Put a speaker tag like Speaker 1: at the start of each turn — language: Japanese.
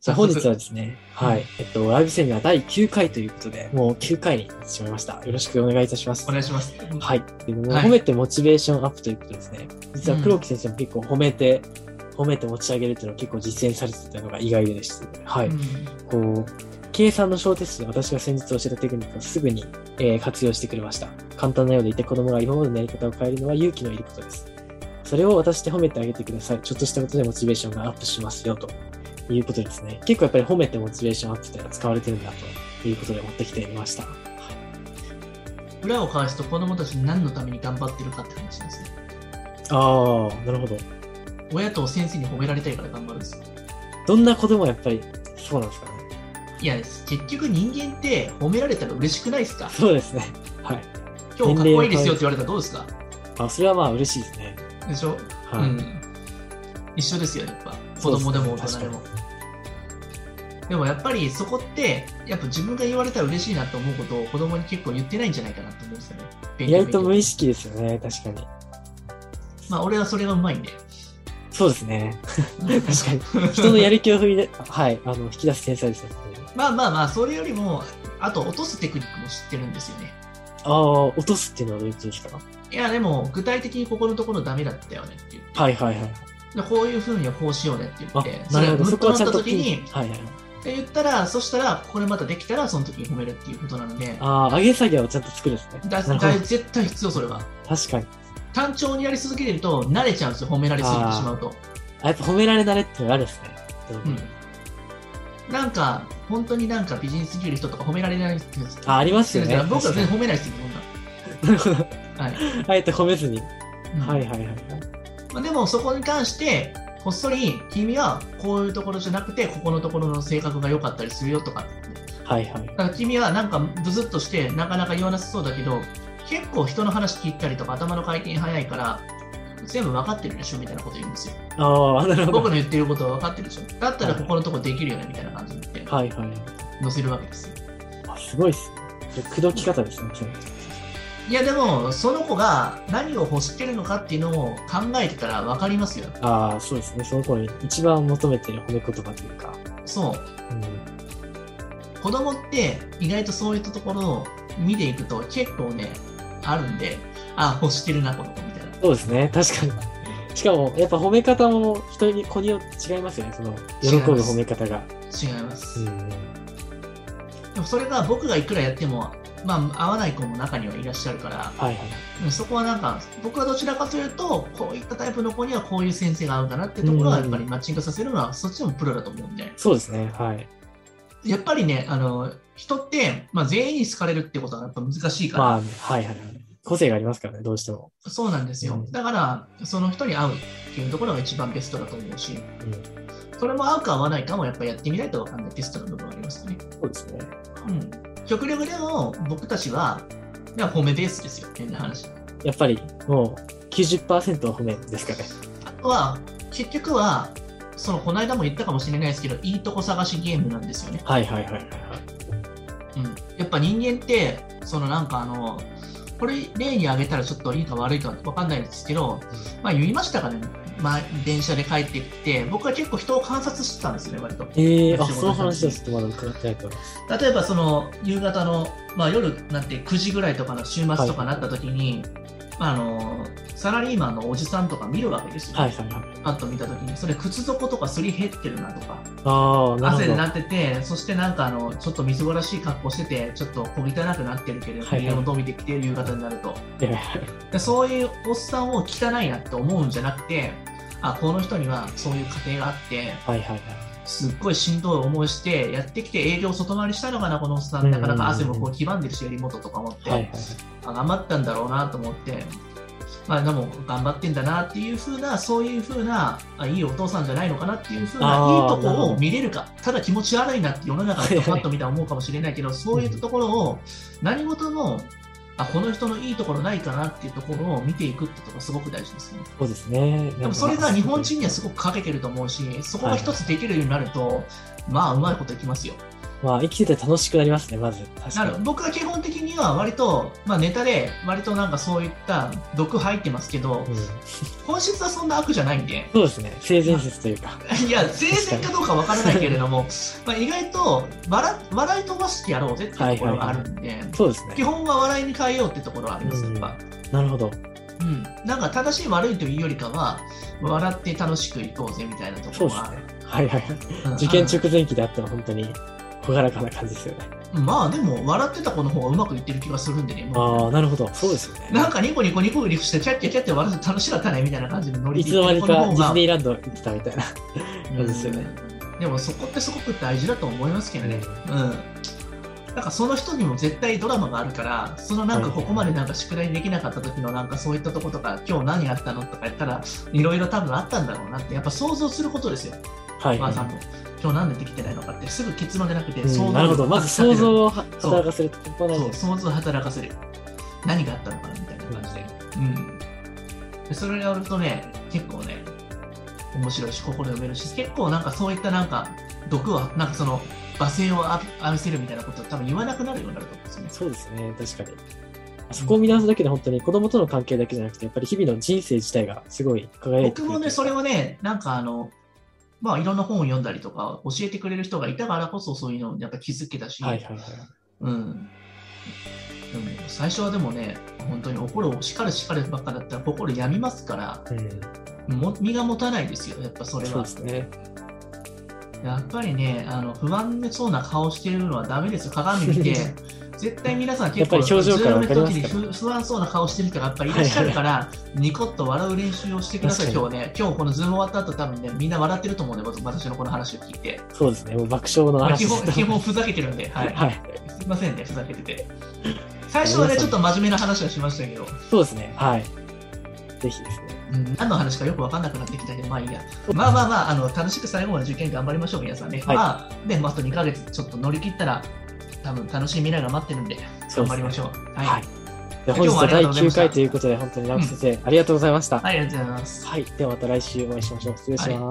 Speaker 1: じゃあ本日はですね、はい、えっと、ライブセミナー第9回ということで、もう9回になってしまいました。よろしくお願いいたします
Speaker 2: お。願いします。。
Speaker 1: はいい。でも
Speaker 2: はい
Speaker 1: 褒めてモチベーションアップということですね。実は
Speaker 2: うん
Speaker 1: 黒木先生も結構褒めて、褒めて持ち上げるっていうのを結構実践されてたのが意外でした、はい。こう、計算の小テストで私が先日教えたテクニックをすぐに、えー活用してくれました。簡単なようでいて子供が今までのやり方を変えるのは勇気のいることです。それを私で褒めてあげてください。ちょっとしたことでモチベーションがアップしますよということですね。結構やっぱり褒めてモチベーションアップっていうのは使われてるんだということで持ってきてみました。
Speaker 2: 裏を返すと子供たち何のために頑張ってるかって話なんですね。
Speaker 1: ああ、なるほど。
Speaker 2: 親と先生に褒められたいから頑張るんですよ。
Speaker 1: どんな子供もやっぱりそうなんですかね。
Speaker 2: いや、結局人間って褒められたら嬉しくないですか
Speaker 1: そうですね。はい。
Speaker 2: 今日かっこいいですよって言われたらどうですか
Speaker 1: あ、それはまあ嬉しいですね。
Speaker 2: でしょ、
Speaker 1: はい。
Speaker 2: うん。一緒ですよ、やっぱ。子供でも大人でも
Speaker 1: そう。
Speaker 2: でもやっぱりそこって、やっぱ自分が言われたら嬉しいなと思うことを子供に結構言ってないんじゃないかなと思うんですよね。勉
Speaker 1: 意
Speaker 2: 強
Speaker 1: 外と無意識ですよね。確かに。
Speaker 2: まあ俺はそれがうまい んで。
Speaker 1: そうですね。
Speaker 2: 確
Speaker 1: か
Speaker 2: に
Speaker 1: 人のやる気を踏み出、はい、あの、引き出す天才ですね。
Speaker 2: まあまあまあ、それよりも、あと落とすテクニックも知ってるんですよね。
Speaker 1: ああ、落とすっていうのはどういうことですか
Speaker 2: いや、でも、具体的にここのところダメだったよねって言って、
Speaker 1: はいはいはい。
Speaker 2: でこういうふうにはこうしようねって言って、
Speaker 1: あ、
Speaker 2: そ
Speaker 1: な
Speaker 2: れ
Speaker 1: る
Speaker 2: を
Speaker 1: ほど。
Speaker 2: ぶっ
Speaker 1: そこ
Speaker 2: と
Speaker 1: は
Speaker 2: なっ
Speaker 1: ちゃ
Speaker 2: た
Speaker 1: んと
Speaker 2: 時
Speaker 1: ピン
Speaker 2: に、
Speaker 1: はいはい。
Speaker 2: って言ったら、そしたら、これまたできたら、その時に褒めるっていうことなので、
Speaker 1: ああ、上げ下げをちゃんと作るんですね。
Speaker 2: だ
Speaker 1: なるほど
Speaker 2: だ絶対必要、それは。
Speaker 1: 確かに。
Speaker 2: 単調にやり続けてると、慣れちゃうんですよ、褒められすぎてしまうと。
Speaker 1: あ、やっぱ褒められ慣れっていうのがあるんですね。
Speaker 2: んなんか、本当になんか美人すぎる人とか褒められない人です
Speaker 1: あ、ありますよ
Speaker 2: だか
Speaker 1: ね
Speaker 2: ら。僕は全然褒めないですよ、こんな。
Speaker 1: 確 か
Speaker 2: はい。
Speaker 1: にあえて褒めずに。
Speaker 2: うん
Speaker 1: はいはいはいはい。
Speaker 2: まあ、でもそこに関してこっそり君はこういうところじゃなくてここのところの性格が良かったりするよとか
Speaker 1: はいはい。
Speaker 2: だから君はなんかブズッとしてなかなか言わなさそうだけど結構人の話聞いたりとか頭の回転早いから全部分かってるでしょみたいなこと言うんですよ
Speaker 1: ああ、なるほど。
Speaker 2: 僕の言ってることは分かってるでしょだったらここのとこできるよねみたいな感じで言って
Speaker 1: はいはい。
Speaker 2: 載せるわけですよ
Speaker 1: あ、すごいっすね。それ口説き方ですね。それ
Speaker 2: いやでもその子が何を欲してるのかっていうのを考えてたら分かりますよ
Speaker 1: ああ、そうですね。その子に一番求めてる褒め言葉というか。
Speaker 2: そう
Speaker 1: うん、
Speaker 2: 子供って意外とそういったところを見ていくと結構ねあるんであ欲してるなこの子みたいな
Speaker 1: そうですね。確かに。しかも、やっぱ褒め方も人に、子によって違いますよね。その、喜ぶ褒め方が。
Speaker 2: 違います、
Speaker 1: うん
Speaker 2: でもそれが僕がいくらやってもまあ合わない子も中にはいらっしゃるから
Speaker 1: はいはい。
Speaker 2: うんそこはなんか僕はどちらかというとこういったタイプの子にはこういう先生が合うかなってところは
Speaker 1: うん
Speaker 2: やっぱりマッチングさせるのはそっちもプロだと思うんで
Speaker 1: そうですね。はい。
Speaker 2: やっぱりねあの人って、まあ、全員に好かれるってことはやっぱ難しいから、
Speaker 1: まあ、はいはいはい。個性がありますからね、どうしても。
Speaker 2: そうなんですよ、
Speaker 1: うん
Speaker 2: だからその人に合うっていうところが一番ベストだと思うし、
Speaker 1: うん
Speaker 2: それも合うか合わないかもやっぱやってみないと分かんないテストの部分はありますよね。
Speaker 1: そうですね。
Speaker 2: うん。極力でも僕たちは、では褒めベースですよ、変な話。
Speaker 1: やっぱり、もう、90%は褒めですかね。
Speaker 2: あとは、結局は、そのこの間も言ったかもしれないですけど、いいとこ探しゲームなんですよね。
Speaker 1: はいはいはいはいはい。
Speaker 2: うん。やっぱ人間って、そのなんかあの、これ例に挙げたらちょっといいか悪いか分かんないですけど、まあ言いましたかね、まあ電車で帰ってきて、僕は結構人を観察してたんですよね、割と。
Speaker 1: ええー、あ、
Speaker 2: 仕事
Speaker 1: その話はちょっとまだ伺ってないと思います。
Speaker 2: 例えばその夕方の、まあ、夜になって9時ぐらいとかの週末とかなった時に、まあ、あのサラリーマンのおじさんとか見るわけですよ、
Speaker 1: はいはいはい。
Speaker 2: パッと見た時にそれ靴底とかすり減ってるなとか
Speaker 1: ああ、なるほ
Speaker 2: 汗
Speaker 1: ど
Speaker 2: に。なっててそしてなんかあのちょっとみすぼらしい格好しててちょっと小汚くなってるけれど、
Speaker 1: はいはい
Speaker 2: 家の伸びてきて夕方になると
Speaker 1: はいはいはい
Speaker 2: でそういうおっさんを汚いなって思うんじゃなくてあこの人にはそういう家庭があって
Speaker 1: はいはいはい。
Speaker 2: すっごいしんどい思いして、やってきて営業外回りしたのかな、このおっさん。なかなか汗もこう黄ばんでるし、襟元とか持って、
Speaker 1: はいはい。
Speaker 2: あ頑張ったんだろうなと思って、まあでも頑張ってんだなっていう風な、そういう風な、あいいお父さんじゃないのかなっていう風な、いい
Speaker 1: あー
Speaker 2: ところを見れるか、ただ気持ち悪いなって世の中でパッと見たら思うかもしれないけど、そういうところを何事も、あこの人のいいところないかなっていうところを見ていくってところすごく大事ですね。
Speaker 1: そうですね。で
Speaker 2: でもそれが日本人にはすごくかけてると思うし、そこが一つできるようになると、まあうまいこといきますよ。
Speaker 1: まあ、生きてて楽しくなりますね、まず。確
Speaker 2: な
Speaker 1: か
Speaker 2: る
Speaker 1: に。
Speaker 2: 僕は基本的には割と、まあ、ネタで割となんかそういった毒入ってますけど
Speaker 1: うん、
Speaker 2: 本質はそんな悪じゃないんで
Speaker 1: そうですね、性善説というか。
Speaker 2: いや生前かどうかわからないけれどもまあ意外と笑笑い飛ばしてやろうぜっていうところがあるんで、
Speaker 1: そうですね
Speaker 2: 基。本は笑いに変えようってところはありますやっぱ、
Speaker 1: なるほど。
Speaker 2: うん、なんか正しい悪いというよりかは笑って楽しくいこうぜみたいなとこ
Speaker 1: そう
Speaker 2: ろ
Speaker 1: ですね
Speaker 2: は、。
Speaker 1: はいはいはい。
Speaker 2: うん
Speaker 1: 受験直前期であっても本当に朗らかな感じですよね。
Speaker 2: まあでも笑ってた子の方がうまくいってる気がするんでねもう
Speaker 1: ああ、なるほど。そうですよね。
Speaker 2: なんかニコニコニコニコしてキャッキャキャッキャ笑って楽しかったねみたいな感じのノリ
Speaker 1: い
Speaker 2: で
Speaker 1: つの間にかデ
Speaker 2: 言って
Speaker 1: ィ
Speaker 2: る子の方
Speaker 1: ズ
Speaker 2: が
Speaker 1: ニーランド行ってたみたいな。ーですよね
Speaker 2: うんでもそこってすごく大事だと思いますけどねうんなんかその人にも絶対ドラマがあるからそのなんかここまでなんか宿題できなかった時のなんかそういったとことか今日何やったのとか言ったらいろいろ多分あったんだろうなってやっぱ想像することですよ
Speaker 1: はい、
Speaker 2: まあ、さんも今日なんでできてないのかってすぐ結論でなくて、
Speaker 1: うん。なるほど。まず
Speaker 2: 想
Speaker 1: 想
Speaker 2: 像を
Speaker 1: 像を働かせるとこ
Speaker 2: 働
Speaker 1: なん
Speaker 2: かせる
Speaker 1: です。
Speaker 2: そう想像を働かせる何があったのかなみたいな感じで、うん、でそれをやるとね結構ね面白いし心読めるし結構なんかそういったなんか毒はなんかその罵声を浴び浴びせるみたいなことを多分言わなくなるようになると思うんですよね。
Speaker 1: そうですね、確かに。そこを見出すだけで本当に子供との関係だけじゃなくて、やっぱり日々の人生自体がすごい輝いてく
Speaker 2: 僕
Speaker 1: る
Speaker 2: もね、それをね、なんかあの、まあ、いろんな本を読んだりとか、教えてくれる人がいたからこそ、そういうのをやっぱ気づけたし、
Speaker 1: はいはいはい。
Speaker 2: うん。でも最初はでもね、本当に怒る、叱る、叱るばっかだったら心病みますから、
Speaker 1: うん、
Speaker 2: も身が持たないですよ、やっぱそれ
Speaker 1: そう
Speaker 2: は
Speaker 1: で。すね。
Speaker 2: やっぱりね、あの不安そうな顔してるのはダメですよ、鏡 見て。絶対皆さん結構、
Speaker 1: やっぱり表情からわかります
Speaker 2: ズーム
Speaker 1: か
Speaker 2: の時に不不安そうな顔してる人がやっぱりいらっしゃるから、ニコッと笑う練習をしてください、
Speaker 1: 確
Speaker 2: 今日ね。今日このズーム終わった後、多分ね、みんな笑ってると思うんで、僕私のこの話を聞いて。
Speaker 1: そうですね。もう爆笑の
Speaker 2: まあ
Speaker 1: 嵐
Speaker 2: 基
Speaker 1: です
Speaker 2: 本、基本ふざけてるんで、はい。
Speaker 1: はい。
Speaker 2: すいませんね、ふざけてて。最初はね、
Speaker 1: 皆
Speaker 2: ち
Speaker 1: さん
Speaker 2: ょっと真面目な話をしましたけど、
Speaker 1: そうですね。はい。ぜひですね。
Speaker 2: うん何の話かよく分かんなくなってきたけど、まあいいや。まあまあまあ、あの楽しく最後まで受験頑張りましょう、皆さんね。
Speaker 1: はい
Speaker 2: まあ、ね、もうあと2ヶ月ちょっと乗り切ったら、多分楽しい未来が待ってるんで、頑張りましょう。はい、
Speaker 1: はい。で
Speaker 2: 今日
Speaker 1: 本日
Speaker 2: もあ
Speaker 1: は
Speaker 2: りが
Speaker 1: 第
Speaker 2: とうございま
Speaker 1: 9
Speaker 2: した
Speaker 1: 回ということで、本当にラム先生、ありがとうございました。
Speaker 2: はいありがとうございます。
Speaker 1: はい。ではまた来週お会いしましょう。失礼します。
Speaker 2: はい